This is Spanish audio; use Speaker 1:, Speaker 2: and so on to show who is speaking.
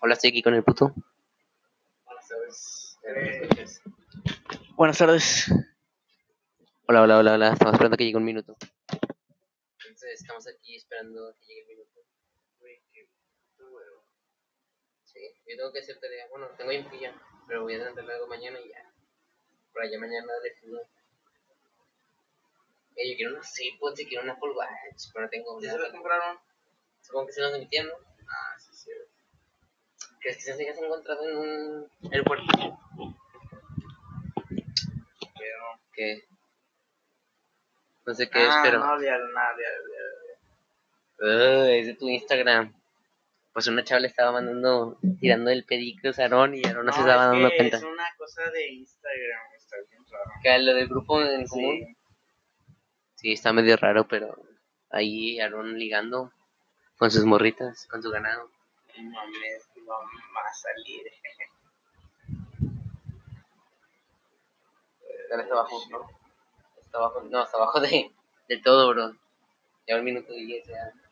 Speaker 1: Hola, estoy aquí con el puto. Buenas tardes. Hola, hola, hola, hola. Estamos esperando que llegue un minuto. Entonces, estamos aquí esperando que llegue el minuto. Sí, yo tengo que hacer tarea. Bueno, tengo info ya, pero voy a adelantarlo algo mañana y ya. Por allá mañana decido. Eh, yo quiero una Seapod, quiero una Apple Watch, pero no tengo
Speaker 2: ¿Ya se
Speaker 1: nada.
Speaker 2: la compraron?
Speaker 1: Supongo que se nos emitieron, ¿no?
Speaker 2: Ah, sí, sí.
Speaker 1: ¿Crees que se has encontrado en un aeropuerto?
Speaker 2: Pero...
Speaker 1: ¿Qué? No sé qué es,
Speaker 2: Ah,
Speaker 1: pero...
Speaker 2: no, ya, nada, ya,
Speaker 1: Ah, es de tu Instagram. Pues una chava le estaba mandando, tirando el pedico a Aaron y Aaron no, se estaba
Speaker 2: es
Speaker 1: dando
Speaker 2: que
Speaker 1: cuenta.
Speaker 2: Es una cosa de Instagram, está bien raro.
Speaker 1: Que lo del grupo en común.
Speaker 2: Sí.
Speaker 1: Sí, está medio raro, pero ahí Aaron ligando con sus morritas, con su ganado.
Speaker 2: Mames, vamos a salir.
Speaker 1: Ahora está abajo, ¿no? Está abajo, no, está abajo de, de todo, bro. Ya un minuto y diez ya.